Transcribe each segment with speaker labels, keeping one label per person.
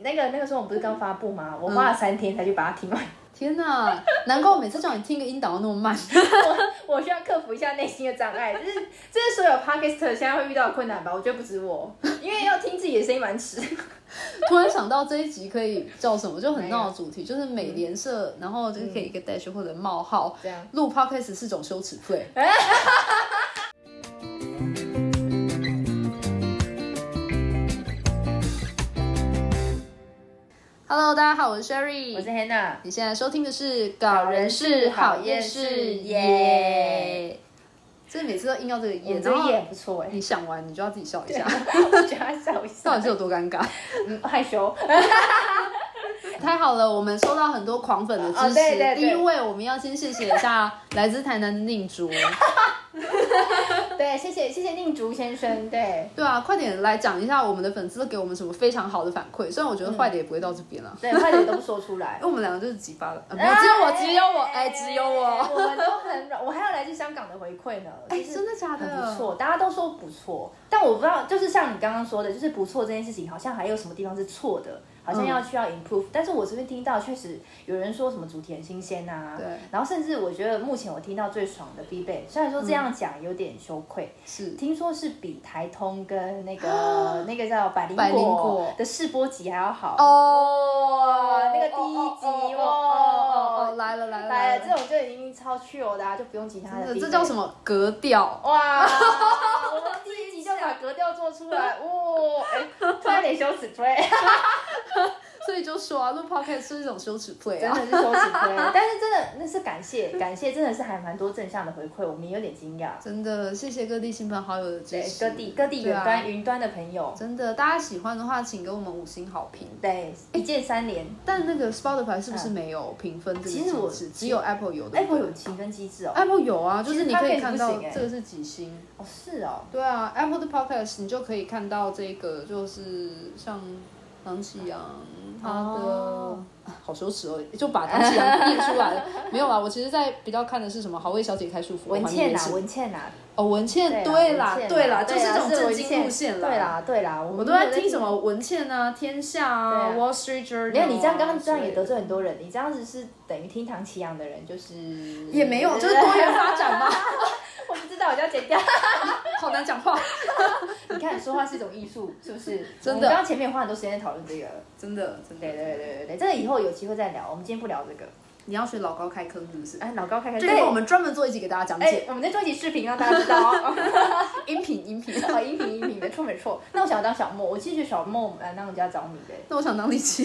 Speaker 1: 那个那个时候我们不是刚发布吗？我花了三天才去把它听完。
Speaker 2: 天哪，难怪我每次叫你听个音档都那么慢。
Speaker 1: 我我需要克服一下内心的障碍，这是这是所有 podcaster 现在会遇到的困难吧？我觉得不止我，因为要听自己的声音蛮迟。
Speaker 2: 突然想到这一集可以叫什么，就很闹的主题，就是美联社，然后就是可以一个 dash 或者冒号
Speaker 1: 这样，
Speaker 2: 录 podcast 是种羞耻罪。Hello，大家好，我是 Sherry，
Speaker 1: 我是 Hannah，
Speaker 2: 你现在收听的是《搞人事好夜市》耶，这每次都硬要这
Speaker 1: 我
Speaker 2: 个耶，
Speaker 1: 们这
Speaker 2: 然
Speaker 1: 个
Speaker 2: 后
Speaker 1: 也不错哎、
Speaker 2: 你想完你就要自己笑一下，
Speaker 1: 我觉得他笑一
Speaker 2: 到
Speaker 1: 笑
Speaker 2: 底，是有多尴尬？
Speaker 1: 嗯 害羞。
Speaker 2: 太好了，我们收到很多狂粉的支持。
Speaker 1: 哦对对对
Speaker 2: 第一位，我们要先谢谢一下来自台南的宁竹。
Speaker 1: 对，谢谢谢谢宁竹先生，对
Speaker 2: 对啊，快点来讲一下我们的粉丝都给我们什么非常好的反馈。虽然我觉得坏的也不会到这边啦、
Speaker 1: 对，快点都不说出来
Speaker 2: 因。为我们两个就是鸡巴了，呃没有只有我，只有我，哎，只有我。
Speaker 1: 我们都很软，我还有来自香港的回馈呢，
Speaker 2: 哎，
Speaker 1: 就是
Speaker 2: 真的假的？
Speaker 1: 很不错，大家都说不错，但我不知道，就是像你刚刚说的，就是不错这件事情，好像还有什么地方是错的，好
Speaker 2: 嗯
Speaker 1: 像要需要 improve、但是我这边听到确实有人说什么主题很新鲜呐、
Speaker 2: 对
Speaker 1: 然后甚至我觉得目前我听到最爽的 B 贝，虽然说这样讲有点羞愧，
Speaker 2: 是
Speaker 1: 听说是比台通跟那 个那个叫百灵
Speaker 2: 百灵果
Speaker 1: 的试播集还要好。
Speaker 2: 哦
Speaker 1: 那个第一集
Speaker 2: 哦哦哦哦，来了来了
Speaker 1: 来了，哎这
Speaker 2: 了，
Speaker 1: 种就已经超 chill 的、啊，就不用其他的
Speaker 2: 这
Speaker 1: feedback。
Speaker 2: 这叫什么格调？
Speaker 1: 哇！ 我们第一集就把格调做出来，哦，哎、 突然有点羞耻推，
Speaker 2: 所以就说啊，录 podcast 是一种羞耻 play
Speaker 1: 真
Speaker 2: 啊
Speaker 1: 的。是羞耻推。 但是真的，那是感谢，感谢，真的是还蛮多正向的回馈，我们也有点惊讶。
Speaker 2: 真的，谢谢各地亲朋好友的支
Speaker 1: 对，
Speaker 2: 持。
Speaker 1: 各地各地
Speaker 2: 对
Speaker 1: 远
Speaker 2: 啊
Speaker 1: 端、云端的朋友，
Speaker 2: 真的，大家喜欢的话，请给我们五星好评。
Speaker 1: 对，
Speaker 2: 哎
Speaker 1: 一键三连。
Speaker 2: 但那个 Spotify 是不是没有评分这个
Speaker 1: 嗯其实我
Speaker 2: 机制？只有 Apple 有的。
Speaker 1: 哎，我有评分机制哦。
Speaker 2: Apple 有啊，就是你可以看
Speaker 1: 其实它
Speaker 2: 到
Speaker 1: 可以不行欸
Speaker 2: 这个是几星。
Speaker 1: 哦，是哦。
Speaker 2: 对啊，Apple 的 Podcast 你就可以看到这个，就是像唐启阳他的、
Speaker 1: 哦
Speaker 2: 啊好羞耻哦，就把唐启阳念 出来了。没有啦，我其实在比较看的是什么？好味小姐开束缚，
Speaker 1: 文倩
Speaker 2: 呐
Speaker 1: 呐，，文倩呐，
Speaker 2: 哦文倩，
Speaker 1: 啊
Speaker 2: 对啦，对啦，就是这种正经路线
Speaker 1: 啦。对啊啦，对啦，我
Speaker 2: 我
Speaker 1: 们
Speaker 2: 都在听什么文倩啊、天下啊、Wall Street Journal 啊。
Speaker 1: 没有，你这样刚刚这样也得
Speaker 2: 之类
Speaker 1: 罪很多人，你这样子是等于听唐奇阳的人，就是
Speaker 2: 的也没有，就是多元发展嘛，
Speaker 1: 我不知道，我就要剪掉。
Speaker 2: 好难讲话，
Speaker 1: 你看，说话是一种艺术，是不 是？我
Speaker 2: 真的
Speaker 1: 们刚刚前面花很多时间讨论这个，
Speaker 2: 真的真
Speaker 1: 对
Speaker 2: 的。
Speaker 1: 对对对对，这个以后有机会再聊。我们今天不聊这个，
Speaker 2: 你要学老高开坑是不是？
Speaker 1: 哎，老高开开。
Speaker 2: 这
Speaker 1: 对
Speaker 2: 个我们专门做一集给大家讲
Speaker 1: 哎
Speaker 2: 解，，
Speaker 1: 我们再做一集视频，让大家知道 哦。
Speaker 2: 音频音频。
Speaker 1: 好，音频音 频，没错没错。那我想要当小莫，我其实觉得小莫蛮让人家着迷的，
Speaker 2: 那我想当李琦，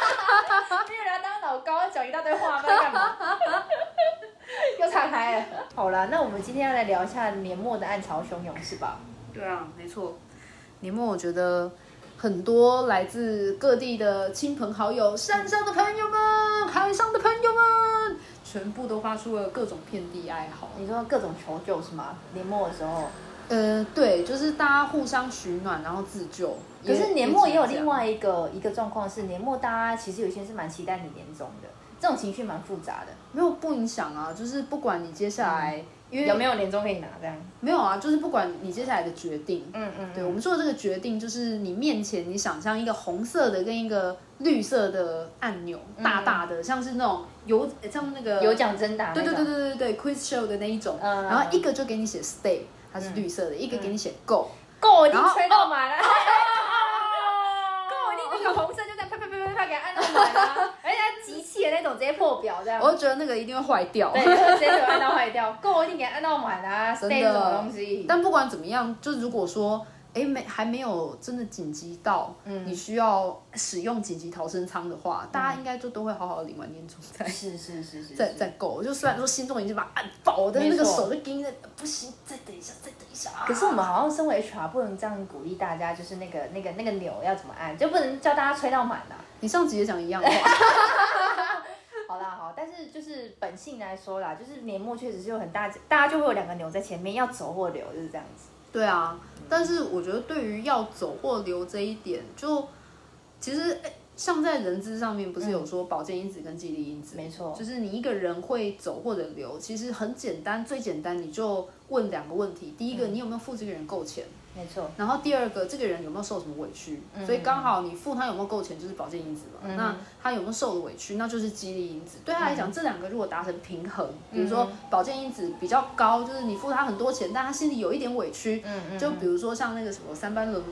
Speaker 1: 没有人要当老高，讲一大堆话，不知道干 嘛。又岔开了。好啦，那我们今天要来聊一下年末的暗潮汹涌，是吧？
Speaker 2: 对啊，没错。年末我觉得很多来自各地的亲朋好友、山上的朋友们、海上的朋友们，全部都发出了各种遍地哀嚎。
Speaker 1: 你说各种求救是吗？年末的时候，
Speaker 2: 呃，对，就是大家互相取暖，然后自救。
Speaker 1: 可是年末也有另
Speaker 2: 外，
Speaker 1: 外一个一个状况是，年末大家其实有些是蛮期待你年终的，这种情绪蛮复杂的。
Speaker 2: 没有不影响啊，就是不管你接下来，因为
Speaker 1: 有没有年终可以拿这样？
Speaker 2: 没有啊，就是不管你接下来的决定，
Speaker 1: 嗯嗯
Speaker 2: 对我们做的这个决定，就是你面前你想象一个红色的跟一个绿色的按钮，大大的，像是那种有像那个
Speaker 1: 有嗯奖征答。
Speaker 2: 对对对，对对对 quiz show 的那一种，
Speaker 1: 嗯
Speaker 2: 然后一个就给你写 stay，它是绿色的，一个给你写 go，
Speaker 1: 够我已经
Speaker 2: 然后
Speaker 1: 吹到满了。哦够我已经那个红色就在啪啪啪啪啪给它按到满 了，而且它集气的那种直接破表这样。
Speaker 2: 我就觉得那个一定会坏掉。
Speaker 1: 对，就是直接给我按到坏掉，够我已经给它按到满了
Speaker 2: 真
Speaker 1: ，stay
Speaker 2: 的
Speaker 1: 什么东西？
Speaker 2: 但不管怎么样，就如果说。哎，没还没有真的紧急到，
Speaker 1: 嗯
Speaker 2: 你需要使用紧急逃生舱的话，大家应该就都会好好地领完年终再
Speaker 1: 是是是是，
Speaker 2: 在
Speaker 1: 是
Speaker 2: 在够，就虽然说心中已经把它按爆，但是那个
Speaker 1: 没错
Speaker 2: 手就盯着，不行，再等一下，再等一下。
Speaker 1: 可是我们好像身为 HR 不能这样鼓励大家，就是那个那个那个钮要怎么按，就不能叫大家吹到满啦。
Speaker 2: 你上集也讲一样
Speaker 1: 嗯
Speaker 2: 的话，
Speaker 1: 好啦好，但是就是本性来说啦，就是年末确实是有很大，大家就会有两个钮在前面，要走或留，就是这样子。
Speaker 2: 对啊。但是我觉得对于要走或留这一点，就其实哎像在人资上面不是有说保健因子跟激励因子，
Speaker 1: 没错，
Speaker 2: 就是你一个人会走或者
Speaker 1: 嗯
Speaker 2: 留，其实很简单，最简单你就问两个问题，第一个你有没有付这个人够钱，
Speaker 1: 没错，
Speaker 2: 然后第二个，这个人有没有受什么委屈？
Speaker 1: 嗯
Speaker 2: 所以刚好你付他有没有够钱，就是保健因子嘛。那他有没有受了委屈，那就是激励因子。对他来
Speaker 1: 嗯
Speaker 2: 讲，这两个如果达成平衡，比如说保健因子比较高，就是你付他很多钱，但他心里有一点委屈。
Speaker 1: 嗯嗯，
Speaker 2: 就比如说像那个什么三班轮。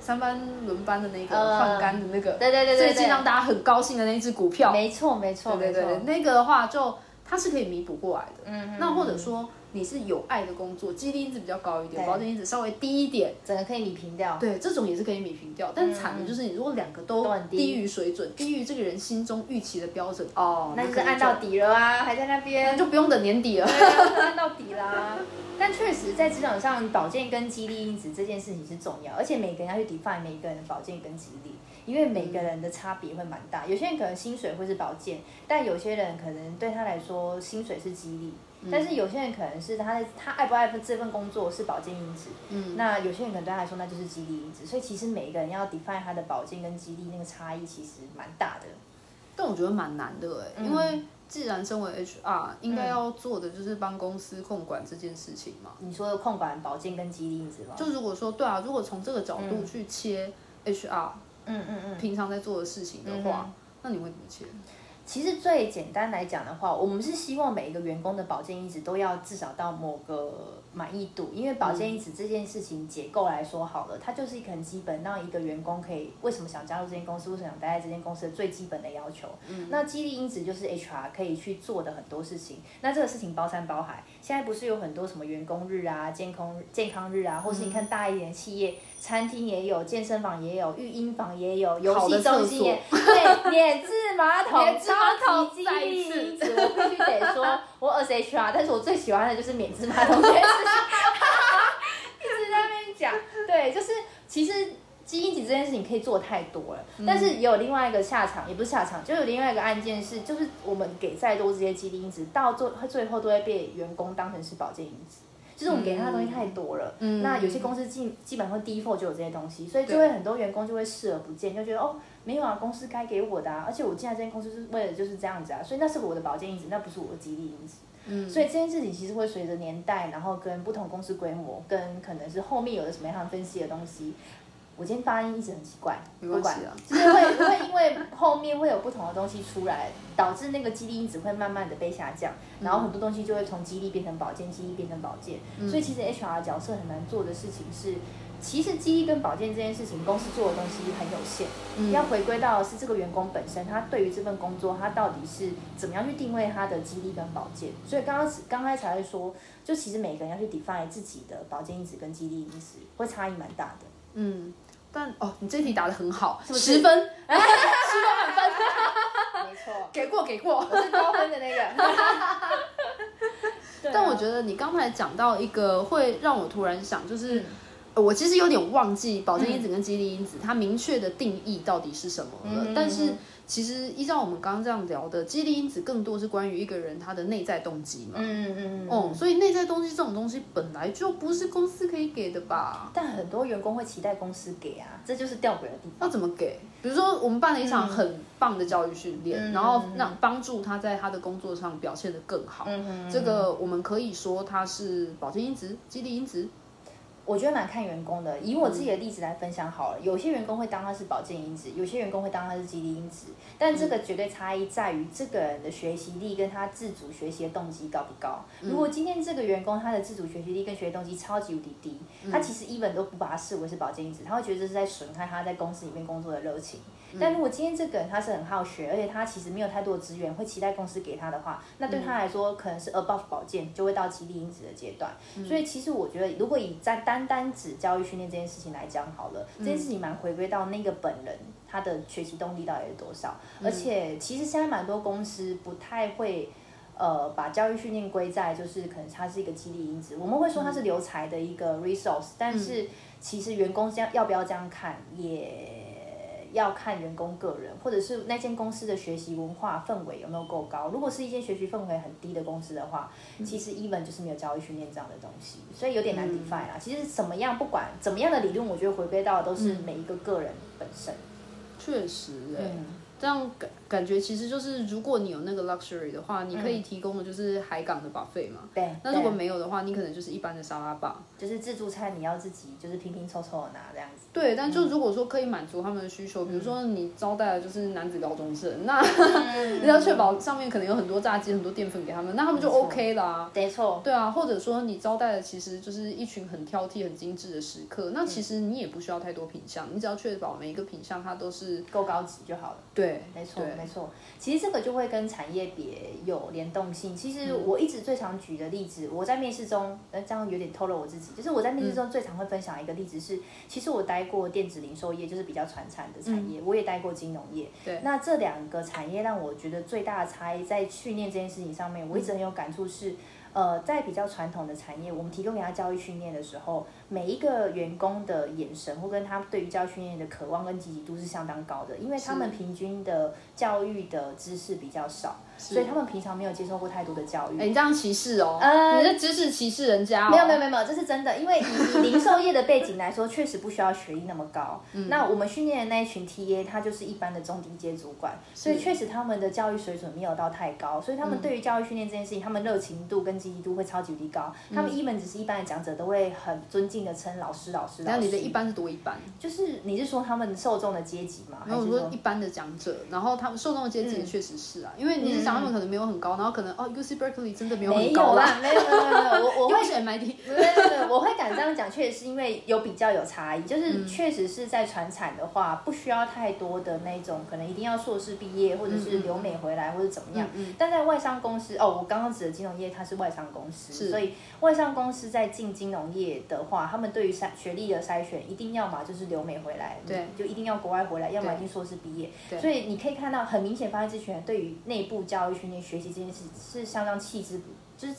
Speaker 2: 三班轮班的那个
Speaker 1: 呃
Speaker 2: 换肝的那个，
Speaker 1: 对对对对对
Speaker 2: 最近让大家很高兴的那一只股票，
Speaker 1: 没错没错
Speaker 2: 对
Speaker 1: 没
Speaker 2: 对
Speaker 1: 错
Speaker 2: 对，，那个的话就它是可以弥补过来的。
Speaker 1: 嗯
Speaker 2: 那或者说你是有爱的工作，激励因子比较高一点，
Speaker 1: 对啊
Speaker 2: 保健因子稍微低一点，
Speaker 1: 整个可以理平掉，
Speaker 2: 对，这种也是可以米平掉。
Speaker 1: 嗯
Speaker 2: 但惨的就是你如果两个都
Speaker 1: 都很低
Speaker 2: 低于水准，低于这个人心中预期的标准，哦，
Speaker 1: 那就是
Speaker 2: 可能
Speaker 1: 按到底了啊，还在那边
Speaker 2: 就就不用等年底了。
Speaker 1: 对啊就是按到底啦。 但确实，在职场上，保健跟激励因子这件事情是重要，而且每个人要去 define 每个人的保健跟激励，因为每个
Speaker 2: 嗯
Speaker 1: 人的差别会蛮大。有些人可能薪水会是保健，但有些人可能对他来说薪水是激励，
Speaker 2: 嗯
Speaker 1: 但是有些人可能是他在他爱不爱这份工作是保健因子，
Speaker 2: 嗯，
Speaker 1: 那有些人可能对他来说那就是激励因子。所以其实每一个人要 define 他的保健跟激励那个差异其实蛮大的。
Speaker 2: 但我觉得蛮难的哎、
Speaker 1: 嗯
Speaker 2: 因为既然身为 HR，应该要做的就是帮公司控管这件事情嘛。
Speaker 1: 你说的控管保健跟激励因子吗？
Speaker 2: 就如果说对啊，如果从这个角度去切 HR
Speaker 1: 嗯嗯嗯。
Speaker 2: 平常在做的事情的话，那你会怎么切？
Speaker 1: 其实最简单来讲的话，我们是希望每一个员工的保健因子都要至少到某个满意度，因为保健因子这件事情结构来说好了，它就是一个很基本让一个员工可以为什么想加入这间公司，为什么想待在这间公司的最基本的要求。
Speaker 2: 嗯
Speaker 1: 那激励因子就是 HR 可以去做的很多事情，那这个事情包山包海。现在不是有很多什么员工日啊、健康健康日啊，或是你
Speaker 2: 嗯
Speaker 1: 看大一点的企业，餐厅也有，健身房也有，育婴房也有，游
Speaker 2: 好的
Speaker 1: 戏
Speaker 2: 厕
Speaker 1: 中
Speaker 2: 所
Speaker 1: 心也对，免治马桶，
Speaker 2: 免治马桶
Speaker 1: 超级
Speaker 2: 再
Speaker 1: 激
Speaker 2: 一次
Speaker 1: 励因子，我必须得说，我二 H R，但是我最喜欢的就是免治马桶这件事情，一直在那边讲，对，就是其实。基因子这件事情可以做太多了，但是也有另外一个下场，也不是下场，就有另外一个案件是，就是我们给再多这些激励因子，到最最后都会被员工当成是保健因子，就是我们给他的东西太多了。
Speaker 2: 嗯
Speaker 1: 那有些公司基基本上 default 就有这些东西，所以就会很多员工就会视而不见，就觉得哦，没有啊，公司该给我的啊，而且我进来这间公司是为了就是这样子啊，所以那是我的保健因子，那不是我的激励因子。
Speaker 2: 嗯
Speaker 1: 所以这件事情其实会随着年代，然后跟不同公司规模，跟可能是后面有的什么样的分析的东西。我今天发音一直很奇怪，
Speaker 2: 没
Speaker 1: 不
Speaker 2: 关
Speaker 1: 管
Speaker 2: 系啊，
Speaker 1: 就是会会因为后面会有不同的东西出来，导致那个激励因子会慢慢的被下降，
Speaker 2: 嗯
Speaker 1: 然后很多东西就会从激励变成保健，激励变成保健。
Speaker 2: 嗯
Speaker 1: 所以其实 HR 角色很难做的事情是，其实激励跟保健这件事情，公司做的东西很有限，
Speaker 2: 嗯
Speaker 1: 要回归到是这个员工本身，他对于这份工作，他到底是怎么样去定位他的激励跟保健。所以刚刚刚才才会说，就其实每个人要去 define 自己的保健因子跟激励因子，会差异蛮大的。
Speaker 2: 嗯，但哦，你这题答的很好，
Speaker 1: 是不是
Speaker 2: 十分，
Speaker 1: 没错，
Speaker 2: 给过给过。
Speaker 1: 我是高分的那个。对啊
Speaker 2: 但我觉得你刚才讲到一个会让我突然想，就是、
Speaker 1: 嗯
Speaker 2: 呃我其实有点忘记保健因子跟激励因子、它明确的定义到底是什么了。
Speaker 1: 嗯
Speaker 2: 但是其实依照我们刚刚这样聊的，激励因子更多是关于一个人他的内在动机嘛。
Speaker 1: 嗯嗯嗯
Speaker 2: 哦、
Speaker 1: 嗯。
Speaker 2: 所以内在动机这种东西本来就不是公司可以给的吧？
Speaker 1: 但很多员工会期待公司给啊，这就是吊诡的地
Speaker 2: 要
Speaker 1: 方。
Speaker 2: 怎么给？比如说，我们办了一场很棒的教育训练，
Speaker 1: 嗯
Speaker 2: 然后让帮助他在他的工作上表现得更好。
Speaker 1: 嗯
Speaker 2: 这个我们可以说它是保健因子、激励因子。
Speaker 1: 我觉得蛮看员工的。以我自己的例子来分享好了，有些员工会当他是保健因子，有些员工会当他是激励因子，但这个绝对差异在于这个人的学习力跟他自主学习的动机高不高。如果今天这个员工他的自主学习力跟学习动机超级无敌低，他其实一本都不把他视为是保健因子，他会觉得这是在损害他在公司里面工作的热情。但如果今天这个人他是很好学，而且他其实没有太多的资源，会期待公司给他的话，那对他来说可能是 above 保健，就会到激励因子的阶段。所以其实我觉得，如果以在单单指教育训练这件事情来讲好了，这件事情蛮回归到那个本人他的学习动力到底是多少。而且其实现在蛮多公司不太会。呃，把教育训练归在就是可能它是一个激励因子，我们会说它是留才的一个 resource，、但是其实员工这样要不要这样看，也要看员工个人，或者是那间公司的学习文化氛围有没有够高。如果是一间学习氛围很低的公司的话，其实 even 就是没有教育训练这样的东西，所以有
Speaker 2: 嗯
Speaker 1: 点难 define 啦。其实怎么样，不管
Speaker 2: 嗯
Speaker 1: 怎么样的理论，我觉得回归到的都是每一个个人本身。
Speaker 2: 确实、欸，
Speaker 1: 嗯
Speaker 2: 这样感感觉其实就是，如果你有那个 luxury 的话，你可以提供的就是海港的 buffet 嘛。
Speaker 1: 对，
Speaker 2: 那如果没有的话，你可能就是一般的沙拉吧。
Speaker 1: 对就是自助餐，你要自己就是拼拼凑凑的拿这样子。
Speaker 2: 对，但就如果说可以满足他们的需
Speaker 1: 嗯
Speaker 2: 求，比如说你招待的就是男子高中生，那你 要确保上面可能有很多炸鸡、很多淀粉给他们，那他们
Speaker 1: 嗯
Speaker 2: 就
Speaker 1: 没错
Speaker 2: OK 啦。
Speaker 1: 没错，
Speaker 2: 对啊，或者说你招待的其实就是一群很挑剔、很精致的食客，
Speaker 1: 嗯
Speaker 2: 那其实你也不需要太多品相，你只要确保每一个品相它都是
Speaker 1: 够高级就好了。
Speaker 2: 对，
Speaker 1: 没错，
Speaker 2: 对
Speaker 1: 没错。其实这个就会跟产业别有联动性。其实
Speaker 2: 嗯
Speaker 1: 我一直最常举的例子，我在面试中，呃，这样有点透露我自己，就是我在
Speaker 2: 嗯
Speaker 1: 面试中最常会分享一个例子是，其实我待过电子零售业，就是比较传产的
Speaker 2: 嗯
Speaker 1: 产业，我也待过金融业。
Speaker 2: 对，
Speaker 1: 那这两个产业让我觉得最大的差异，在训练这件事情上面，我一直很有感触是。呃，在比较传统的产业，我们提供给他教育训练的时候，每一个员工的眼神或跟他对于教育训练的渴望跟积极度是相当高的，因为他们平均的教育的知识比较少，
Speaker 2: 是
Speaker 1: 所以他们平常没有接受过太多的教育。
Speaker 2: 哎，你这样歧视哦，
Speaker 1: 呃
Speaker 2: 你是知识歧视人家、哦，
Speaker 1: 没有没有没有没有，这是真的，因为以以 零售业的背景来说，确实不需要学历那么高。
Speaker 2: 嗯
Speaker 1: 那我们训练的那一群 TA，他就是一般的中低阶主管，所以确实他们的教育水准没有到太高，所以
Speaker 2: 嗯
Speaker 1: 他们对于教育训练这件事情，他们热情度跟积极度会超级无敌高。
Speaker 2: 嗯
Speaker 1: 他们一本只是一般的讲者都会很尊敬的称老师老师老
Speaker 2: 然
Speaker 1: 师。
Speaker 2: 后你的一般是多一般，
Speaker 1: 就是你是说他们受众的阶级吗？还
Speaker 2: 然后
Speaker 1: 是
Speaker 2: 我
Speaker 1: 说
Speaker 2: 说一般的讲者，然后他们受众的阶级也确实是
Speaker 1: 嗯
Speaker 2: 啊，因为你是讲他们可能没有很高，然后可能哦 UC Berkeley 真的没有
Speaker 1: 没有
Speaker 2: 很高
Speaker 1: 啦，，没有没有没有没有， 我我
Speaker 2: 因
Speaker 1: 会
Speaker 2: 为是 MIT，
Speaker 1: 对对对，我会敢这样讲，确实是因为有比较有差异，就是确实是在传产的话，不需要太多的那种，可能一定要硕士毕业或者是留美回来或者怎么样。但在外商公司，哦，我刚刚指的金融业，它是外商公司，
Speaker 2: 是
Speaker 1: 所以外商公司在进金融业的话，他们对于筛学历的筛选，一定要么就是留美回来，
Speaker 2: 对，
Speaker 1: 就一定要国外回来，要么一定硕士毕业。
Speaker 2: 对
Speaker 1: 所以你可以看到，很明显，发现这群人对于内部教育训练学习这件事是相当弃之不，就是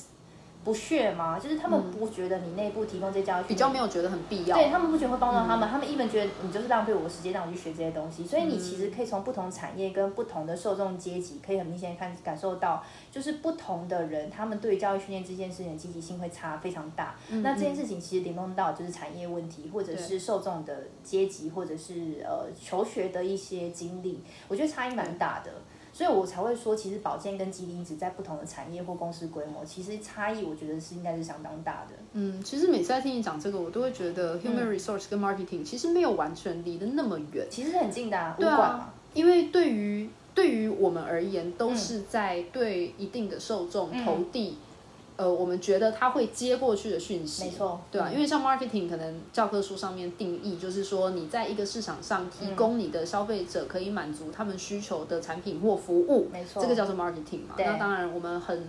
Speaker 1: 不屑吗？就是他们不觉得你内部提供这些教育训练
Speaker 2: 嗯比较没有觉得很必要，
Speaker 1: 对他们不觉得会帮到嗯他们，他们一本觉得你就是浪费我的时间，让我去学这些东西。所以你其实可以从不同产业跟不同的受众阶级，可以很明显地看感受到，就是不同的人他们对于教育训练这件事情的积极性会差非常大。那这件事情其实联动到就是产业问题，或者是受众的阶级，或者是呃求学的一些经历，我觉得差异蛮大的。所以我才会说，其实保健跟基因值在不同的产业或公司规模，其实差异我觉得是应该是相当大的。
Speaker 2: 嗯，其实每次在听你讲这个，我都会觉
Speaker 1: 嗯
Speaker 2: 得 human resource 跟 marketing 其实没有完全离得那么远，
Speaker 1: 其实是很近的、啊，物
Speaker 2: 对
Speaker 1: 管
Speaker 2: 啊
Speaker 1: 嘛。
Speaker 2: 因为对于对于我们而言，都是在对一定的受众
Speaker 1: 嗯
Speaker 2: 投递，呃，我们觉得他会接过去的讯息，
Speaker 1: 没错
Speaker 2: 对啊，
Speaker 1: 嗯
Speaker 2: 因为像 marketing 可能教科书上面定义就是说，你在一个市场上提
Speaker 1: 嗯
Speaker 2: 供你的消费者可以满足他们需求的产品或服务，
Speaker 1: 没错
Speaker 2: 这个叫做 marketing 嘛。
Speaker 1: 对
Speaker 2: 那当然，我们很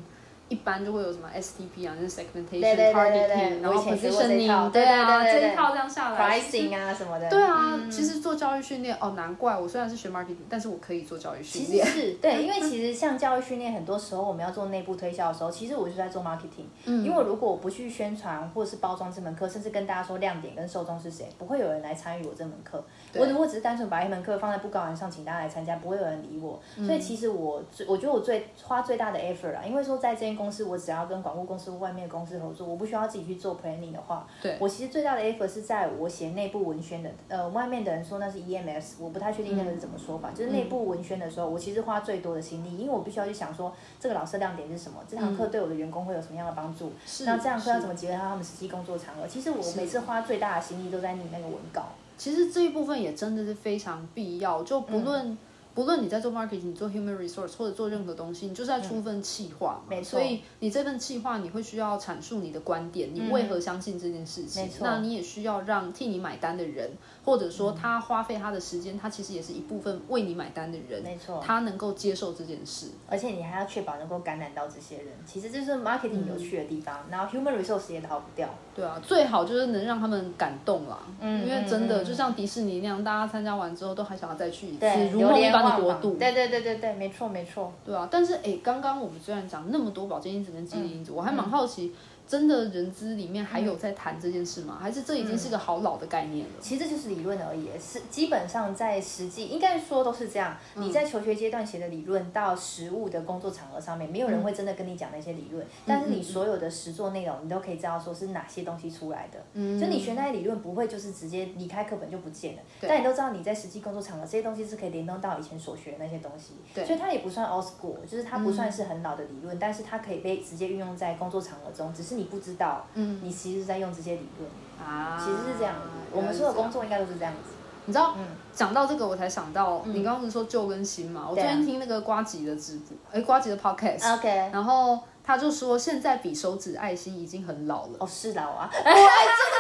Speaker 2: 一般就会有什么 STP 啊，那是 segmentation、
Speaker 1: 对对对对对
Speaker 2: targeting，然
Speaker 1: 我
Speaker 2: 后
Speaker 1: 以前学过这一套
Speaker 2: positioning，
Speaker 1: 对
Speaker 2: 啊，
Speaker 1: 对对对
Speaker 2: 这一套这样下来其实
Speaker 1: pricing 啊什么的。
Speaker 2: 对啊，其实做教育训练哦，难怪我虽然是学 marketing，但是我可以做教育
Speaker 1: 其
Speaker 2: 训
Speaker 1: 实
Speaker 2: 练。
Speaker 1: 是对， 因为其实像教育训练，很多时候我们要做内部推销的时候，其实我就在做 marketing。嗯，因为如果我不去宣传或是包装这门课，甚至跟大家说亮点跟受众是谁，不会有人来参与我这门课。 我如果只是单纯把一门课放在布告栏上，请大家来参加，不会有人理我。所以其实我最，我觉得我最花最大的 effort 啦，因为说在这间公司，我只要跟广告公司或外面的公司合作，我不需要自己去做 planning 的话，
Speaker 2: 对
Speaker 1: 我其实最大的 effort 是在我写内部文宣的，呃，外面的人说那是 EMS，我不太确定那个是怎
Speaker 2: 嗯
Speaker 1: 么说法。就是内部文宣的时候，我其实花最多的心力，因为我必须要去想说这个老师的亮点是什么，这堂课对我的员工会有什么样的帮助，
Speaker 2: 嗯是
Speaker 1: 那这堂课要
Speaker 2: 是
Speaker 1: 怎么结合到他们实际工作场合。其实我每次花最大的心力都在拟那个文稿。
Speaker 2: 其实这一部分也真的是非常必要，就不论、
Speaker 1: 嗯
Speaker 2: 不论你在做 marketing、你做 human resource 或者做任何东西，你就是在出份企划嘛。
Speaker 1: 嗯没错嗯
Speaker 2: 所以你这份企划，你会需要阐述你的观点，你为何相信这件事情。
Speaker 1: 没错嗯
Speaker 2: 那你也需要让替你买单的人，或者说他花费他的时间，他其实也是一部分为你买单的人，
Speaker 1: 没错
Speaker 2: 他能够接受这件事。
Speaker 1: 而且你还要确保能够感染到这些人，其实这是 marketing
Speaker 2: 嗯
Speaker 1: 有趣的地方，然后 human resource 也逃不掉。
Speaker 2: 对啊，最好就是能让他们感动啦，
Speaker 1: 嗯
Speaker 2: 因为真的、
Speaker 1: 嗯嗯
Speaker 2: 就像迪士尼那样，大家参加完之后都还想要再去一次
Speaker 1: 对，，
Speaker 2: 如
Speaker 1: 流
Speaker 2: 梦一
Speaker 1: 连
Speaker 2: 般的
Speaker 1: 忘
Speaker 2: 国
Speaker 1: 返
Speaker 2: 度。
Speaker 1: 对对对对对，没错没错。嗯
Speaker 2: 对啊，但是哎，诶刚刚我们虽然讲那么多保健因子跟基因因子，我还蛮好奇，真的人资里面还有在谈这件事
Speaker 1: 嗯
Speaker 2: 吗？还是这已经是个好老的概念了？
Speaker 1: 其实这就是理论而已，是基本上在实际应该说都是这样。你在求学阶段写的理论到实务的工作场合上面，没有人会真的跟你讲那些理论，但是你所有的实作内容，你都可以知道说是哪些东西出来的。嗯，就你学那些理论不会就是直接离开课本就不见了，但你都知道你在实际工作场合这些东西是可以联动到以前所学的那些东西，所以它也不算 old school，就是它不算是很老的理论，但是它可以被直接运用在工作场合中，只是你不知道，嗯，你其实是在用这些理论。
Speaker 2: 啊，
Speaker 1: 嗯其实是这样子，我们所有工作应该都是这样子。
Speaker 2: 你知道，
Speaker 1: 嗯
Speaker 2: 讲到这个，我才想到、你刚刚不是说旧跟新嘛？我
Speaker 1: 对
Speaker 2: 最
Speaker 1: 啊
Speaker 2: 近听那个瓜吉的直播，哎、瓜吉的 podcast，、
Speaker 1: OK，
Speaker 2: 然后他就说现在比手指爱心已经很老了。
Speaker 1: 哦，是 老啊，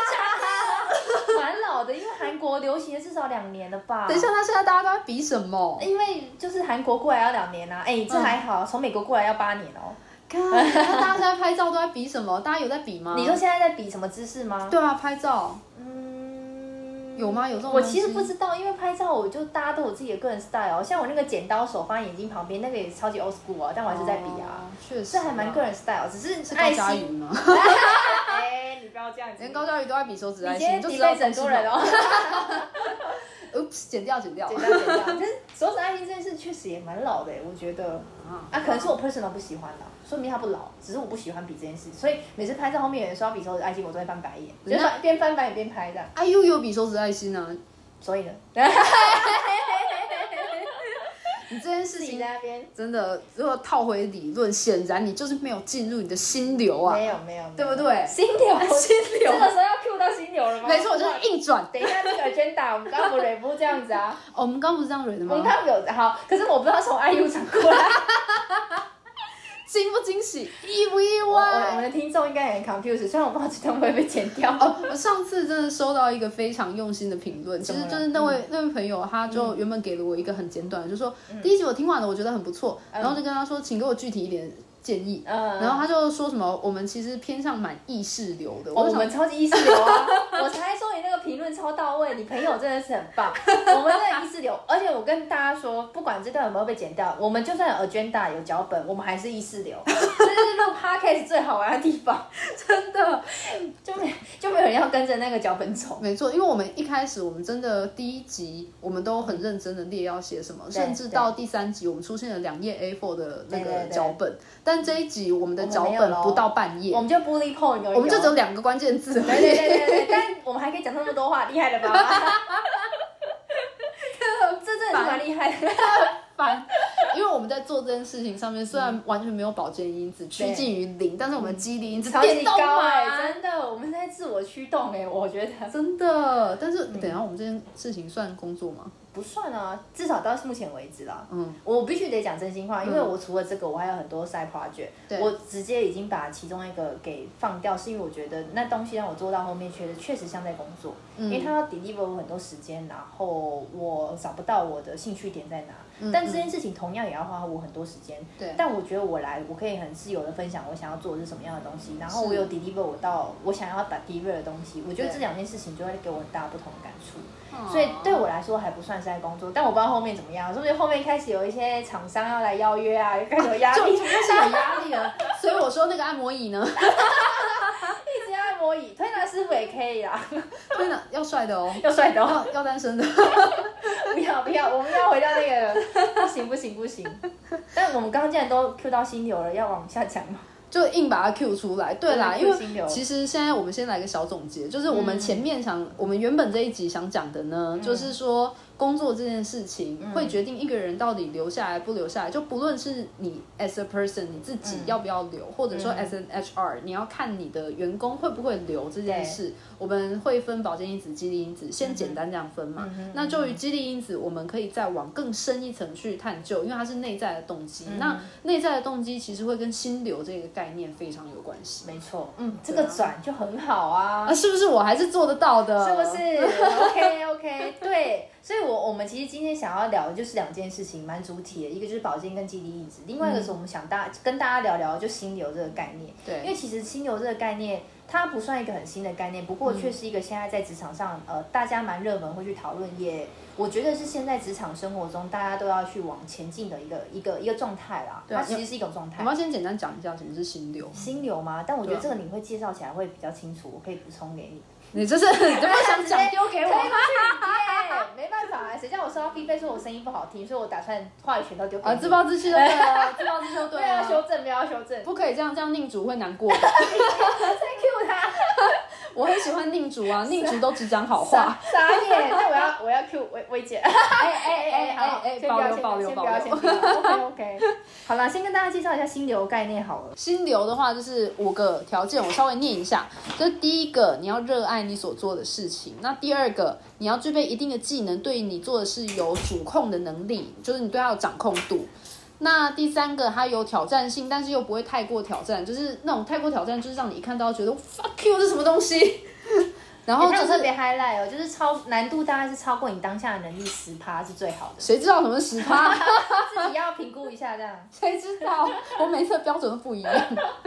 Speaker 1: 蛮老的，因为韩国流行了至少两年了吧？
Speaker 2: 等一下，，他现在大家都在比什么？
Speaker 1: 因为就是韩国过来要两年啊，哎，
Speaker 2: 嗯
Speaker 1: 这还好，从美国过来要八年哦。
Speaker 2: 看，大家现在拍照都在比什么？大家有在比吗？
Speaker 1: 你说现在在比什么姿势吗？
Speaker 2: 对啊，拍照
Speaker 1: 嗯，
Speaker 2: 有吗？有这种
Speaker 1: 我
Speaker 2: 东西？
Speaker 1: 其实不知道，因为拍照我就大家都有自己的个人 style，哦像我那个剪刀手放在眼睛旁边那个也超级 old school 啊，但我还是在比啊，
Speaker 2: 哦，确实
Speaker 1: 这
Speaker 2: 啊，
Speaker 1: 还蛮个人 style，只是
Speaker 2: 是
Speaker 1: 爱
Speaker 2: 高嘉瑜
Speaker 1: 心。
Speaker 2: 吗？
Speaker 1: 哎，你不要这样子，
Speaker 2: 连高嘉瑜都在比手指爱
Speaker 1: 你今
Speaker 2: 心，
Speaker 1: 天
Speaker 2: 你就
Speaker 1: 敌
Speaker 2: 知道
Speaker 1: 对整多人哦。哦
Speaker 2: 东西老。Oops，剪掉，剪掉
Speaker 1: 简。单简单，就是手指爱心这件事确实也蛮老的欸，我觉得
Speaker 2: 啊
Speaker 1: 啊，可能是我 personal 不喜欢啦，说明它不老，只是我不喜欢比这件事，所以每次拍照后面有人说要比手指爱心，我都会翻白眼，
Speaker 2: 人
Speaker 1: 就
Speaker 2: 家
Speaker 1: 翻边翻白眼边拍这样，
Speaker 2: 哎呦，有比手指爱心啊！
Speaker 1: 所以呢，
Speaker 2: 你这件 事
Speaker 1: 自己
Speaker 2: 情
Speaker 1: 在那边
Speaker 2: 真的，如果套回理论，显然你就是没有进入你的心流啊。
Speaker 1: 没有没有，没有
Speaker 2: 对不 对
Speaker 1: 心流
Speaker 2: 心流
Speaker 1: 这个时候要 Q 到心流了吗？
Speaker 2: 没错，就是硬转。
Speaker 1: 等一下，这个 agenda 我们刚刚不蕊不这样子 啊，
Speaker 2: 哦，我们刚不是这样蕊的
Speaker 1: 我们
Speaker 2: 吗？
Speaker 1: 刚刚有好，可是我不知道从 IU 转过 来，
Speaker 2: 惊不惊喜，意不意
Speaker 1: 我我们
Speaker 2: 外？
Speaker 1: 的听众应该也很 confused，虽然我不知道这段会不会剪掉。
Speaker 2: 哦，我上次真的收到一个非常用心的评论，其
Speaker 1: 怎
Speaker 2: 实
Speaker 1: 么了嗯
Speaker 2: 就是那位、那位朋友，他就原本给了我一个很简短的，就说、第一集我听完了，我觉得很不错，然后就跟他说，请给我具体一点建议。
Speaker 1: 嗯
Speaker 2: 然后他就说什么，我们其实偏向蛮意识流的。
Speaker 1: 哦，
Speaker 2: 就
Speaker 1: 我
Speaker 2: 想
Speaker 1: 们超级意识流啊！ 我才说你那个评论超到位，你朋友真的是很 棒。我们真的意识流，而且我跟大家说，不管这段有没有被剪掉，我们就算有 agenda 有脚本，我们还是意识 流。这是录 podcast 最好玩的地方，
Speaker 2: 真的
Speaker 1: 就没就没有人要跟着那个脚本走。
Speaker 2: 没错，因为我们一开始我们真的第一集我们都很认真的列要写什么，甚至到第三集我们出现了两页 A4 的那
Speaker 1: 对
Speaker 2: 个
Speaker 1: 对对
Speaker 2: 脚本，但这一集我们的
Speaker 1: 我们
Speaker 2: 脚
Speaker 1: 没有
Speaker 2: 本
Speaker 1: 咯
Speaker 2: 不到半页
Speaker 1: 我，们就 bully p o i n
Speaker 2: 我们就只有两个关键字而
Speaker 1: 哦对
Speaker 2: 已。
Speaker 1: 对对对对，但我们还可以讲那么多话，厉害了吧？ 这真的是蛮厉害 的。
Speaker 2: 烦，因为我们在做这件事情上面，虽然完全没有保健因子，趋近于零，但是我们的激励因子
Speaker 1: 嗯超
Speaker 2: 电
Speaker 1: 级
Speaker 2: 动
Speaker 1: 高哎、
Speaker 2: 啊
Speaker 1: 真的，我们在自我驱动哎、我觉得
Speaker 2: 真的。但
Speaker 1: 嗯
Speaker 2: 是等一下我们这件事情算工作吗？
Speaker 1: 不算啊，至少到目前为止啦。
Speaker 2: 嗯，
Speaker 1: 我必须得讲真心话，因为我除了这个，我还有很多 side project，
Speaker 2: 对
Speaker 1: 我直接已经把其中一个给放掉，是因为我觉得那东西让我做到后面，确实确实像在工作，
Speaker 2: 嗯
Speaker 1: 因为它要 deliver 我很多时间，然后我找不到我的兴趣点在哪。但这件事情同样也要花我很多时间，
Speaker 2: 嗯对
Speaker 1: 但我觉得我来，我可以很自由的分享我想要做的是什么样的东西，然后
Speaker 2: 是
Speaker 1: 我有 deliver 我到我想要打 deliver 的东西，我觉得
Speaker 2: 对
Speaker 1: 这两件事情就会给我很大不同的感触。
Speaker 2: 嗯
Speaker 1: 所以对我来说还不算是在工作，但我不知道后面怎么样，是不是后面开始有一些厂商要来邀约 啊，又开始有压
Speaker 2: 就
Speaker 1: 力，
Speaker 2: 就开始有压力了。所以我说那个按摩椅呢，
Speaker 1: 一直按摩椅，推拿师傅也可以啦，
Speaker 2: 真的要帅的哦，
Speaker 1: 又帅的哦，
Speaker 2: 要要单身的。
Speaker 1: 不要不要，我们要回到那个， 不行不行不行，但我们刚刚既然都 Q 到心流了，要往下讲吗？
Speaker 2: 就硬把它 Q 出来。对啦，
Speaker 1: 对
Speaker 2: 因为
Speaker 1: cue 心流嗯
Speaker 2: 其实现在我们先来个小总结，就是我们前面想，我们原本这一集想讲的呢，就是说工作这件事情
Speaker 1: 嗯
Speaker 2: 会决定一个人到底留下来不留下来，就不论是你 as a person 你自
Speaker 1: 嗯
Speaker 2: 己要不要留，或者说 as an HR 你要看你的员工会不会留这件事。我们会分保健因子、激励因子，先简单这样分
Speaker 1: 嗯
Speaker 2: 嘛。那就于激励因子，我们可以再往更深一层去探究，因为它是内在的动机。那内在的动机其实会跟心流这个概念非常有关系
Speaker 1: 没错，嗯，这个转就很好啊
Speaker 2: 啊，。是不是？我还是做得到的，
Speaker 1: 是不是？OK OK，对， 所以我，我们其实今天想要聊的就是两件事情，蛮主体的，一个就是保健跟激励嗯因子，另外一个是我们想大跟大家聊聊就心流这个概念。
Speaker 2: 对
Speaker 1: 因为其实心流这个概念，它不算一个很新的概念，不过却是一个现在在职场上，呃，大家蛮热门会去讨论，也我觉得是现在职场生活中大家都要去往前进的一个一个一个状态啦。
Speaker 2: 对啊
Speaker 1: 它其实是一种状
Speaker 2: 我
Speaker 1: 态
Speaker 2: 们。要先简单讲一下什么是心流。
Speaker 1: 心流嘛，但我觉得
Speaker 2: 对啊
Speaker 1: 这个你会介绍起来会比较清楚，我可以补充给你。
Speaker 2: 你就是 你就不想讲丢给我
Speaker 1: 可以？吗？没办法啊，谁叫我收到 P 费说我声音不好听，所以我打算话语权都丢给
Speaker 2: 啊，
Speaker 1: 你。
Speaker 2: 自暴自弃就对 了，自暴自弃就
Speaker 1: 不
Speaker 2: 对
Speaker 1: 要
Speaker 2: 啊了。
Speaker 1: 修正，不要修正，
Speaker 2: 不可以这样，这样宁主会难过的。
Speaker 1: 再 Q 他。
Speaker 2: 我很喜欢宁 主啊，宁主都只讲好 话。
Speaker 1: 傻眼！那我 要我要 Q 薇薇姐，哎 哎
Speaker 2: 哎哎
Speaker 1: 先不要
Speaker 2: 保留保留
Speaker 1: 先不要先不要先不要，OK OK。好了，先跟大家介绍一下心流概念好了。
Speaker 2: 心流的话就是五个条件，我稍微念一下。就是第一个，你要热爱你所做的事情；那第二个，你要具备一定的技能，对你做的事有主控的能力，就是你对它有掌控度。那第三个，它有挑战性，但是又不会太过挑战，就是那种太过挑战，就是让你一看到觉得 fuck you 这什么东西。 然后
Speaker 1: 欸
Speaker 2: 就
Speaker 1: 它有特
Speaker 2: 是
Speaker 1: 别 highlight 哦，就是超难度大概是超过你当下的能力十趴是最好的，
Speaker 2: 谁知道什么是十趴？
Speaker 1: 自己要评估一下这样。
Speaker 2: 谁知道？ 我每次的标准都不一样。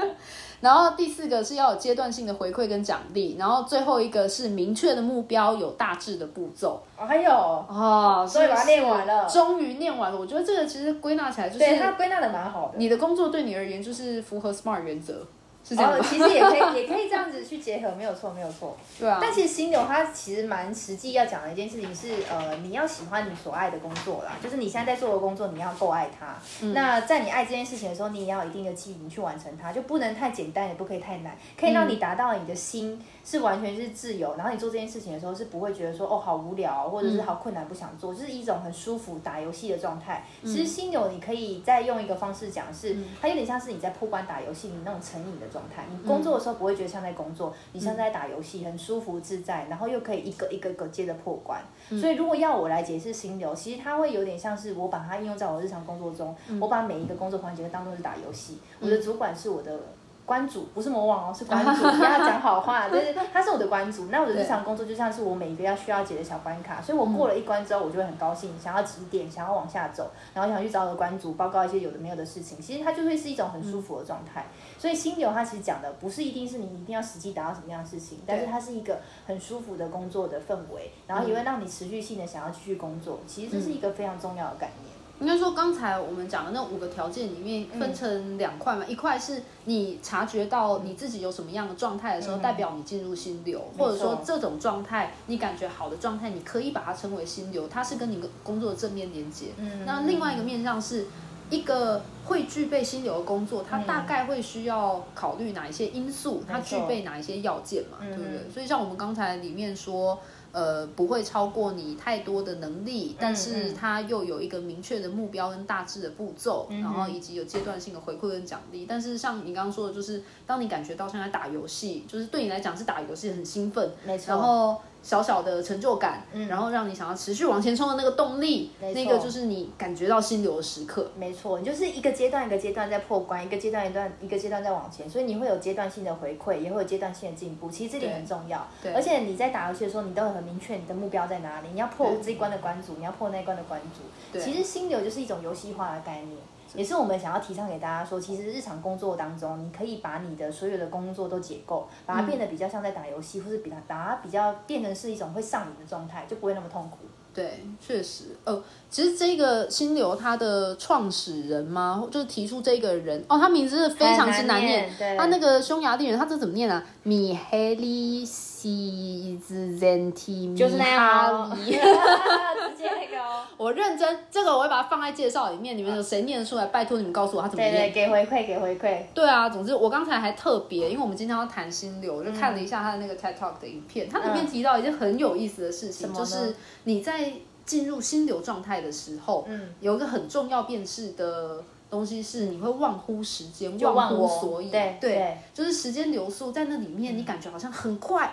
Speaker 2: 然后第四个是要有阶段性的回馈跟奖励，然后最后一个是明确的目标，有大致的步骤。
Speaker 1: 哦，还有，
Speaker 2: 哦，
Speaker 1: 所以把它念完了
Speaker 2: 终于念完了。我觉得这个其实归纳起来就
Speaker 1: 对它
Speaker 2: 是，
Speaker 1: 归纳的蛮好的。
Speaker 2: 哎你的工作对你而言就是符合 SMART 原则，是这样
Speaker 1: 哦
Speaker 2: 吗，？
Speaker 1: 其实也可以，也可以这样子去结合，没有错，没有错。
Speaker 2: 对啊。
Speaker 1: 但其实心流它其实蛮实际要讲的一件事情是，呃，你要喜欢你所爱的工作啦，就是你现在在做的工作，你要够爱它。
Speaker 2: 嗯
Speaker 1: 那在你爱这件事情的时候，你也要有一定的技能去完成它，就不能太简单，也不可以太难，可以让
Speaker 2: 嗯
Speaker 1: 你达到你的心、是完全是自由，然后你做这件事情的时候是不会觉得说哦好无聊，或
Speaker 2: 嗯
Speaker 1: 者是好困难不想做，就是一种很舒服打游戏的状态。其实心流你可以再用一个方式讲是，它有点像是你在破关打游戏，你那种成瘾的状态。你工作的时候不会觉得像在工作，你像在打游戏，很舒服自在，然后又可以一个一个个接着破关。所以如果要我来解释心流，其实它会有点像是我把它应用在我日常工作中，我把每一个工作环节当做是打游戏，我的主管是我的。关主不是魔王哦，是关主，不要讲好话，就是他是我的关主。那我的日常工作就像是我每一个要需要解的小关卡，所以我过了一关之后，我就会很高兴，想要几点，想要往下走，然后想去找我的关主报告一些有的没有的事情。其实它就会是一种很舒服的状态。所以心流它其实讲的不是一定是你一定要实际达到什么样的事情，但是它是一个很舒服的工作的氛围，然后也会让你持续性的想要继续工作。其实这是一个非常重要的概念。
Speaker 2: 应该说，刚才我们讲的那五个条件里面分成两块嘛，一块是你察觉到你自己有什么样的状态的时候，代表你进入心流，
Speaker 1: 嗯没错
Speaker 2: 或者说这种状态你感觉好的状态，你可以把它称为心流，它是跟你工作的正面连接。
Speaker 1: 嗯
Speaker 2: 那另外一个面向是。一个会具备心流的工作，它大概会需要考虑哪一些因素，它
Speaker 1: 没
Speaker 2: 具
Speaker 1: 错
Speaker 2: 备哪一些要件嘛，对
Speaker 1: 嗯
Speaker 2: 不对？所以像我们刚才里面说，呃，不会超过你太多的能力，但是
Speaker 1: 嗯
Speaker 2: 它又有一个明确的目标跟大致的步骤，
Speaker 1: 嗯哼
Speaker 2: 然后以及有阶段性的回馈跟奖励。但是像你刚刚说的，就是当你感觉到像在打游戏，就是对你来讲是打游戏很兴奋，
Speaker 1: 没错，
Speaker 2: 然后小小的成就感，
Speaker 1: 嗯
Speaker 2: 然后让你想要持续往前冲的那个动力，
Speaker 1: 没
Speaker 2: 那
Speaker 1: 错
Speaker 2: 个就是你感觉到心流的时刻。
Speaker 1: 没错，你就是一个阶段一个阶段在破关，一个阶段一段一个阶段在往前，所以你会有阶段性的回馈，也会有阶段性的进步。其实这点很重要。
Speaker 2: 对
Speaker 1: 而且你在打游戏的时候，你都有很明确你的目标在哪里，你要破
Speaker 2: 对
Speaker 1: 这一关的关主，你要破那一关的关主。
Speaker 2: 对
Speaker 1: 其实心流就是一种游戏化的概念。也是我们想要提倡给大家说，其实日常工作当中，你可以把你的所有的工作都解构，把它变得比较像在打游戏，或是比它把它比较变成是一种会上瘾的状态，就不会那么痛苦。
Speaker 2: 对，确实，呃，其实这个心流它的创始人嘛，就是提出这个人哦，他名字是非常之难念
Speaker 1: 很难念，对
Speaker 2: 啊他那个匈牙利人，他这怎么念啊？米黑利西兹zen提
Speaker 1: 就是那样、 哦，
Speaker 2: 米哈利。
Speaker 1: 直接那个哦。
Speaker 2: 我认真，这个我会把它放在介绍里面，你们有谁念得出来？拜托你们告诉我他怎 么
Speaker 1: 对对，
Speaker 2: 念。
Speaker 1: 给回馈，给回馈。
Speaker 2: 对啊，总之我刚才还特别，因为我们今天要谈心流，我
Speaker 1: 嗯
Speaker 2: 就看了一下他的那个 TED Talk 的影片，它里面提到一件很有意思的事情，
Speaker 1: 什么
Speaker 2: 就
Speaker 1: 呢
Speaker 2: 是你在进入心流状态的时候，
Speaker 1: 嗯
Speaker 2: 有一个很重要辨识的东西是你会忘乎时间，
Speaker 1: 就忘
Speaker 2: 乎
Speaker 1: 我
Speaker 2: 所以，
Speaker 1: 对对嗯
Speaker 2: 就是时间流速在那里面，你感觉好像很快。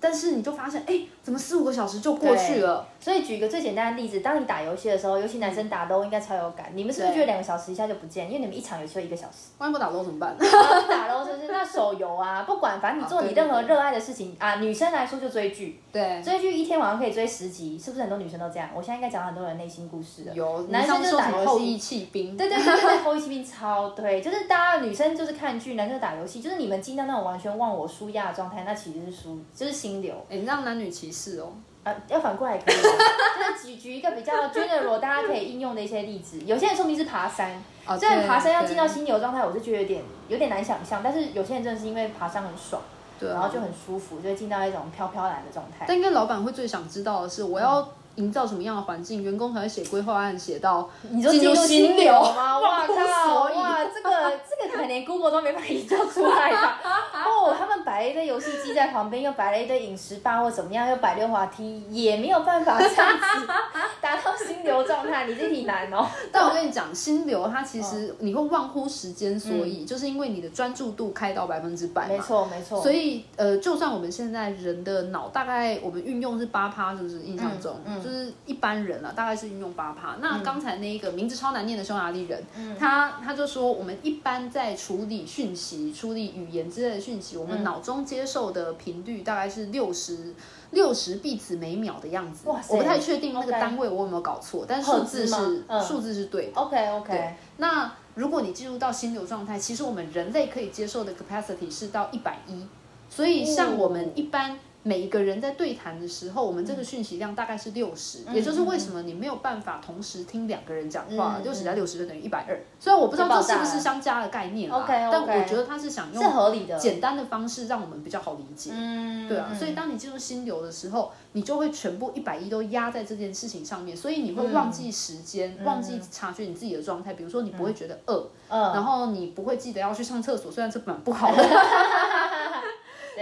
Speaker 2: 但是你就发现，哎，怎么四五个小时就过去了？
Speaker 1: 呃所以举一个最简单的例子，当你打游戏的时候，尤其男生打都应该超有感。你们是不是
Speaker 2: 对
Speaker 1: 觉得两个小时一下就不见？因为你们一场游戏就一个小 时。
Speaker 2: 万一不打漏怎么 办？
Speaker 1: 然后打 l 就是那手游啊，不管，反正你做你任何
Speaker 2: 对对对
Speaker 1: 热爱的事情啊。女生来说就追剧，
Speaker 2: 对，
Speaker 1: 追剧一天晚上可以追十集，是不是很多女生都这样？我现在应该讲很多人内心故事了。
Speaker 2: 有
Speaker 1: 男生就
Speaker 2: 说
Speaker 1: 打
Speaker 2: 什
Speaker 1: 游
Speaker 2: 么
Speaker 1: 戏
Speaker 2: 后羿弃兵，
Speaker 1: 对对对 对对，后一兵超对，就是大家女生就是看剧，男生打游戏，就是你们进到那种完全忘我舒压的状态，那其实是舒，就是心流。
Speaker 2: 哎，你让男女歧视哦。
Speaker 1: 啊，要反过来也 可以啊，就是举举一个比较 general 大家可以应用的一些例子。有些人说明是爬山，
Speaker 2: 啊
Speaker 1: 虽然
Speaker 2: 对
Speaker 1: 爬山要进到
Speaker 2: 对
Speaker 1: 心流状态，我是觉得有点有点难想象，但是有些人真的是因为爬山很爽，
Speaker 2: 对啊，
Speaker 1: 然后就很舒服，就会进到一种飘飘然的状态。
Speaker 2: 但应该老板会最想知道的是，我要营造什么样的环境，员工才会写规划案写到
Speaker 1: 你说
Speaker 2: 进入
Speaker 1: 心
Speaker 2: 心
Speaker 1: 流
Speaker 2: 流
Speaker 1: 吗？哇
Speaker 2: 忘乎
Speaker 1: 靠！
Speaker 2: 所以
Speaker 1: 哇，这个这个可能连 Google 都没办法营造出来 吧？哦，他们摆了一堆游戏机在旁边，又摆了一堆饮食吧或怎么样，又摆溜滑梯，也没有办法这样子 达到心流状态。你这题难哦。
Speaker 2: 但我跟你讲，心流它其实你会忘乎时间所以，就是因为你的专注度开到百分之百
Speaker 1: 没
Speaker 2: 嘛。
Speaker 1: 错，没错。
Speaker 2: 所以呃，就算我们现在人的脑大概我们运用是八趴，是不是？印象中、
Speaker 1: 嗯嗯嗯
Speaker 2: 就是一般人啊，大概是运用八趴。那刚才那一个名字超难念的匈牙利人，他他就说，我们一般在处理讯息、处理语言之类的讯息，我们脑中接受的频率大概是六十六十壁子每秒的样子。
Speaker 1: 哇塞
Speaker 2: 我不太确定那个
Speaker 1: OK
Speaker 2: 单位我有没有搞错，但是数字
Speaker 1: 赫兹吗
Speaker 2: 是、
Speaker 1: 嗯
Speaker 2: 数字是对的。
Speaker 1: OK OK，
Speaker 2: 对那如果你进入到心流状态，其实我们人类可以接受的 capacity 是到一百一，所以
Speaker 1: 哦
Speaker 2: 像我们一般每一个人在对谈的时候，我们这个讯息量大概是六十、
Speaker 1: 嗯
Speaker 2: 也就是为什么你没有办法同时听两个人讲话
Speaker 1: 嗯，
Speaker 2: 六十、加六十就等于一百二。虽然我不知道这是
Speaker 1: 就爆
Speaker 2: 不
Speaker 1: 炸了
Speaker 2: 是相加的概念啦
Speaker 1: OK，OK
Speaker 2: 但我觉得他是想
Speaker 1: 是
Speaker 2: 用
Speaker 1: 合理的。
Speaker 2: 简单的方式让我们比较好理解。
Speaker 1: 嗯，
Speaker 2: 对啊，所以当你进入心流的时候，你就会全部一百一都压在这件事情上面，所以你会忘记时间，忘记察觉你自己的状态。比如说，你不会觉得饿，
Speaker 1: 嗯，
Speaker 2: 然后你不会记得要去上厕所，虽然这蛮不好 的。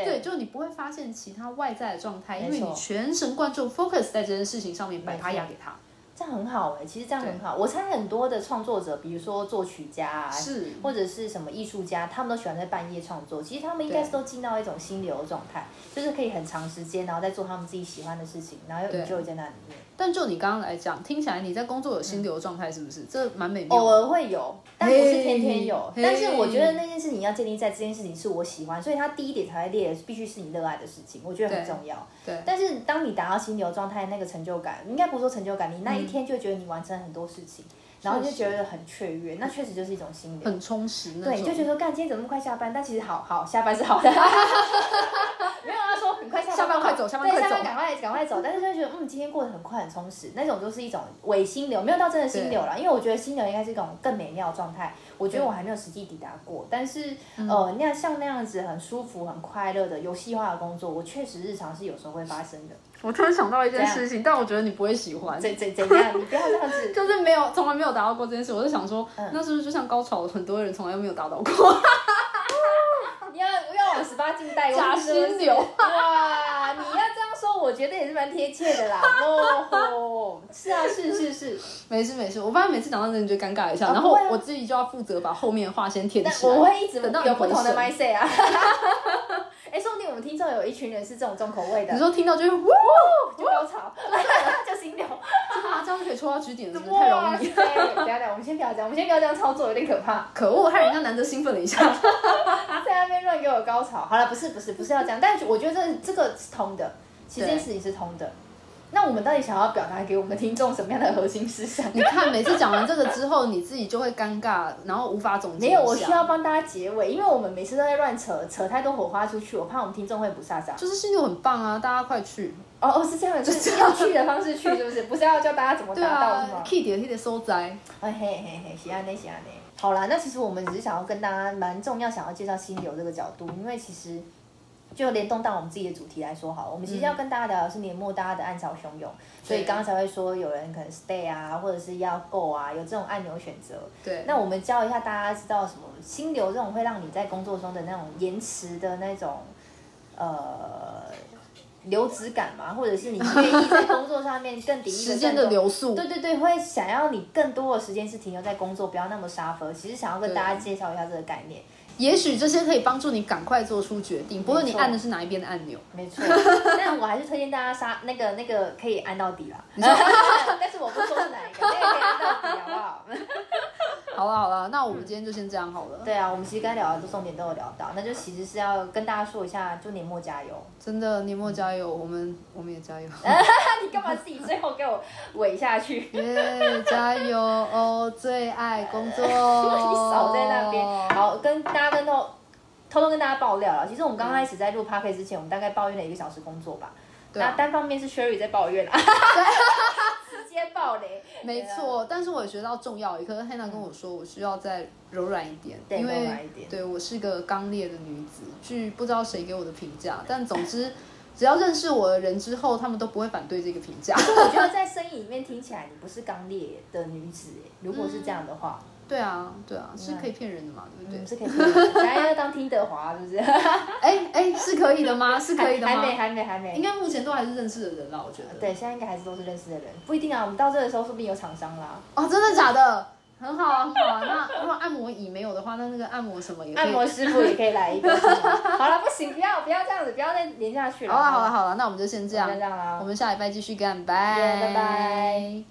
Speaker 2: 对，就你不会发现其他外在的状态，因为
Speaker 1: 没错
Speaker 2: 你全神贯注 focus 在这件事情上面，把它压给他。
Speaker 1: 这样很好哎、其实这样很好。我猜很多的创作者，比如说作曲家啊，
Speaker 2: 是
Speaker 1: 或者是什么艺术家，他们都喜欢在半夜创作。其实他们应该是都进到一种心流状态，就是可以很长时间，然后再做他们自己喜欢的事情，然后又
Speaker 2: 对
Speaker 1: enjoy 在那里面。
Speaker 2: 但就你刚刚来讲，听起来你在工作有心流的状态，是不是？这蛮美妙
Speaker 1: 偶
Speaker 2: 的。
Speaker 1: 尔会有，但不是天天有。
Speaker 2: 嘿
Speaker 1: 但是我觉得那件事情要建立在这件事情是我喜欢，所以它第一点才会列，必须是你热爱的事情，我觉得很
Speaker 2: 对
Speaker 1: 重要。
Speaker 2: 对，
Speaker 1: 但是当你达到心流状态，那个成就感，应该不说成就感，你那一天就觉得你完成很多事情，然后就觉得很雀跃，那确实就是一种心流。
Speaker 2: 很充实那种。
Speaker 1: 对，你就觉得说干，今天怎么那么快下班？但其实好好下班是 好的，没有啊他说很快下班，
Speaker 2: 下班快走下班
Speaker 1: 对
Speaker 2: 快走
Speaker 1: 下班赶快赶快走。但是就觉得嗯，今天过得很快很充实，那种就是一种伪心流，没有到真的心流啦。因为我觉得心流应该是一种更美妙的状态，我觉得我还没有实际抵达过。但是
Speaker 2: 嗯
Speaker 1: 呃，那样像那样子很舒服、很快乐的游戏化的工作，我确实日常是有时候会发 生的。
Speaker 2: 我突然想到一件事情，但我觉得你不会喜欢。
Speaker 1: 怎怎怎样？你不要这样子。
Speaker 2: 就是没有，从来没有达到过这件事。我就想说，
Speaker 1: 嗯
Speaker 2: 那是不是就像高潮，很多人从来没有达到过？
Speaker 1: 你要要往十八禁带过去
Speaker 2: 假心流
Speaker 1: 哇！你要这样说，我觉得也是蛮贴切的啦。哦，是啊，是是是，
Speaker 2: 没事没事，我发现每次讲到这你就尴尬一下，
Speaker 1: 啊
Speaker 2: 然后
Speaker 1: 不会啊
Speaker 2: 我自己就要负责把后面的话先填
Speaker 1: 但
Speaker 2: 起来。
Speaker 1: 我会一直
Speaker 2: 等到你
Speaker 1: 有不
Speaker 2: 回
Speaker 1: 同的
Speaker 2: 神
Speaker 1: mindset 啊。 哎，说不定我们听众有一群人是这种重口味的
Speaker 2: 你，说听到就会哇，
Speaker 1: 就高潮， 就心流，
Speaker 2: 啊这样就可以戳到据点了，是不是太
Speaker 1: 哇
Speaker 2: 容易？
Speaker 1: 塞！不要讲，我们先不要讲，我们先不要这样操作，有点可怕。
Speaker 2: 可恶，害人家难得兴奋了一下。
Speaker 1: 在那边乱给我高潮。好了，不是不是不是要这样，但我觉得这这个是通的，其实这件事情是通的。那我们到底想要表达给我们听众什么样的核心思想？
Speaker 2: 你看，每次讲完这个之后，你自己就会尴尬，然后无法总结。
Speaker 1: 没有，我需要。帮大家结尾，因为我们每次都在乱扯，扯太多火花出去，我怕我们听众会不飒飒。
Speaker 2: 就是心流很棒啊，大家快去！
Speaker 1: 哦哦，是这样的， 就是要去的方式去，是不是？不是要教大家怎么
Speaker 2: 对
Speaker 1: 达到，是
Speaker 2: 啊
Speaker 1: 吗？
Speaker 2: ，key 点 key 点收摘，
Speaker 1: 哎嘿嘿嘿，喜欢呢喜欢呢。好啦，那其实我们只是想要跟大家蛮重要，想要介绍心流这个角度，因为其实就联动到我们自己的主题来说好了，我们其实要跟大家聊的是年末大家的暗潮汹涌，所以刚刚才会说有人可能 stay 啊，或者是要 go 啊，有这种按钮选择。
Speaker 2: 对，
Speaker 1: 那我们教一下大家知道什么心流这种会让你在工作中的那种延迟的那种呃流质感嘛，或者是你愿意在工作上面 更抵一个
Speaker 2: 时间的
Speaker 1: 更多
Speaker 2: 流速，
Speaker 1: 对对对，会想要你更多的时间是停留在工作，不要那么沙分。其实想要跟
Speaker 2: 对
Speaker 1: 大家介绍一下这个概念。
Speaker 2: 也许这些可以帮助你赶快做出决定，不论你
Speaker 1: 没错
Speaker 2: 按的是哪一边的 按钮。
Speaker 1: 没错，但我还是推荐大家杀那个那个可以按到 底啦。但是我不说是哪一个，那个可以按到底，好不好？
Speaker 2: 好了好了，那我们今天就先这样好了。
Speaker 1: 嗯对啊，我们其实该聊的都重点都有聊到，那就其实是要跟大家说一下，就年末加油。
Speaker 2: 真的，年末加油，我们我们也加油，
Speaker 1: 你干嘛自己最后给我尾下去？
Speaker 2: 耶、加油哦！最爱工作，你
Speaker 1: 你少在那
Speaker 2: 哦
Speaker 1: 边。好，跟大家跟偷偷偷跟大家爆料了。其实我们
Speaker 2: 嗯
Speaker 1: 刚开始在录 p o d c a s t 之前，我们大概抱怨了一个小时工作吧。
Speaker 2: 对啊
Speaker 1: 那单方面是 Sherry 在抱 怨啊，直接爆雷。
Speaker 2: 没错，但是我也学到重要一课。Hannah 跟我说，我需要再柔软一点，
Speaker 1: 对
Speaker 2: 因为
Speaker 1: 柔软一点
Speaker 2: 对我是个刚烈的女子。据不知道谁给我的评价，但总之，只要认识我的人之后，他们都不会反对这个评 价。
Speaker 1: 我觉得在声音里面听起来，你不是刚烈的女子、欸、如果是这样的话，
Speaker 2: 对啊，对啊，是可以骗人的嘛，对不对
Speaker 1: 嗯，？是可以听的。大家要当听德华是不是？
Speaker 2: 哎哎，是可以的吗？是可以 的
Speaker 1: 还没，
Speaker 2: 吗？
Speaker 1: 还没，还没
Speaker 2: 应。该目前都还是认识的人啦，哦我觉得。
Speaker 1: 对，现在应该还是都是认识的人，不一定啊。我们到这的时候，说不定有厂商啦。
Speaker 2: 哦，真的假的？很好啊，很好啊。那如果按摩椅没有的话，那那个按摩什么也可以。
Speaker 1: 按摩师傅也可以来一个。 是吗好了，不行，不要不要这样子，不要再连下去了。
Speaker 2: 好了好了好了，那我们就先这样
Speaker 1: 就，这样啦
Speaker 2: 我们下礼拜继续干，
Speaker 1: 耶拜拜。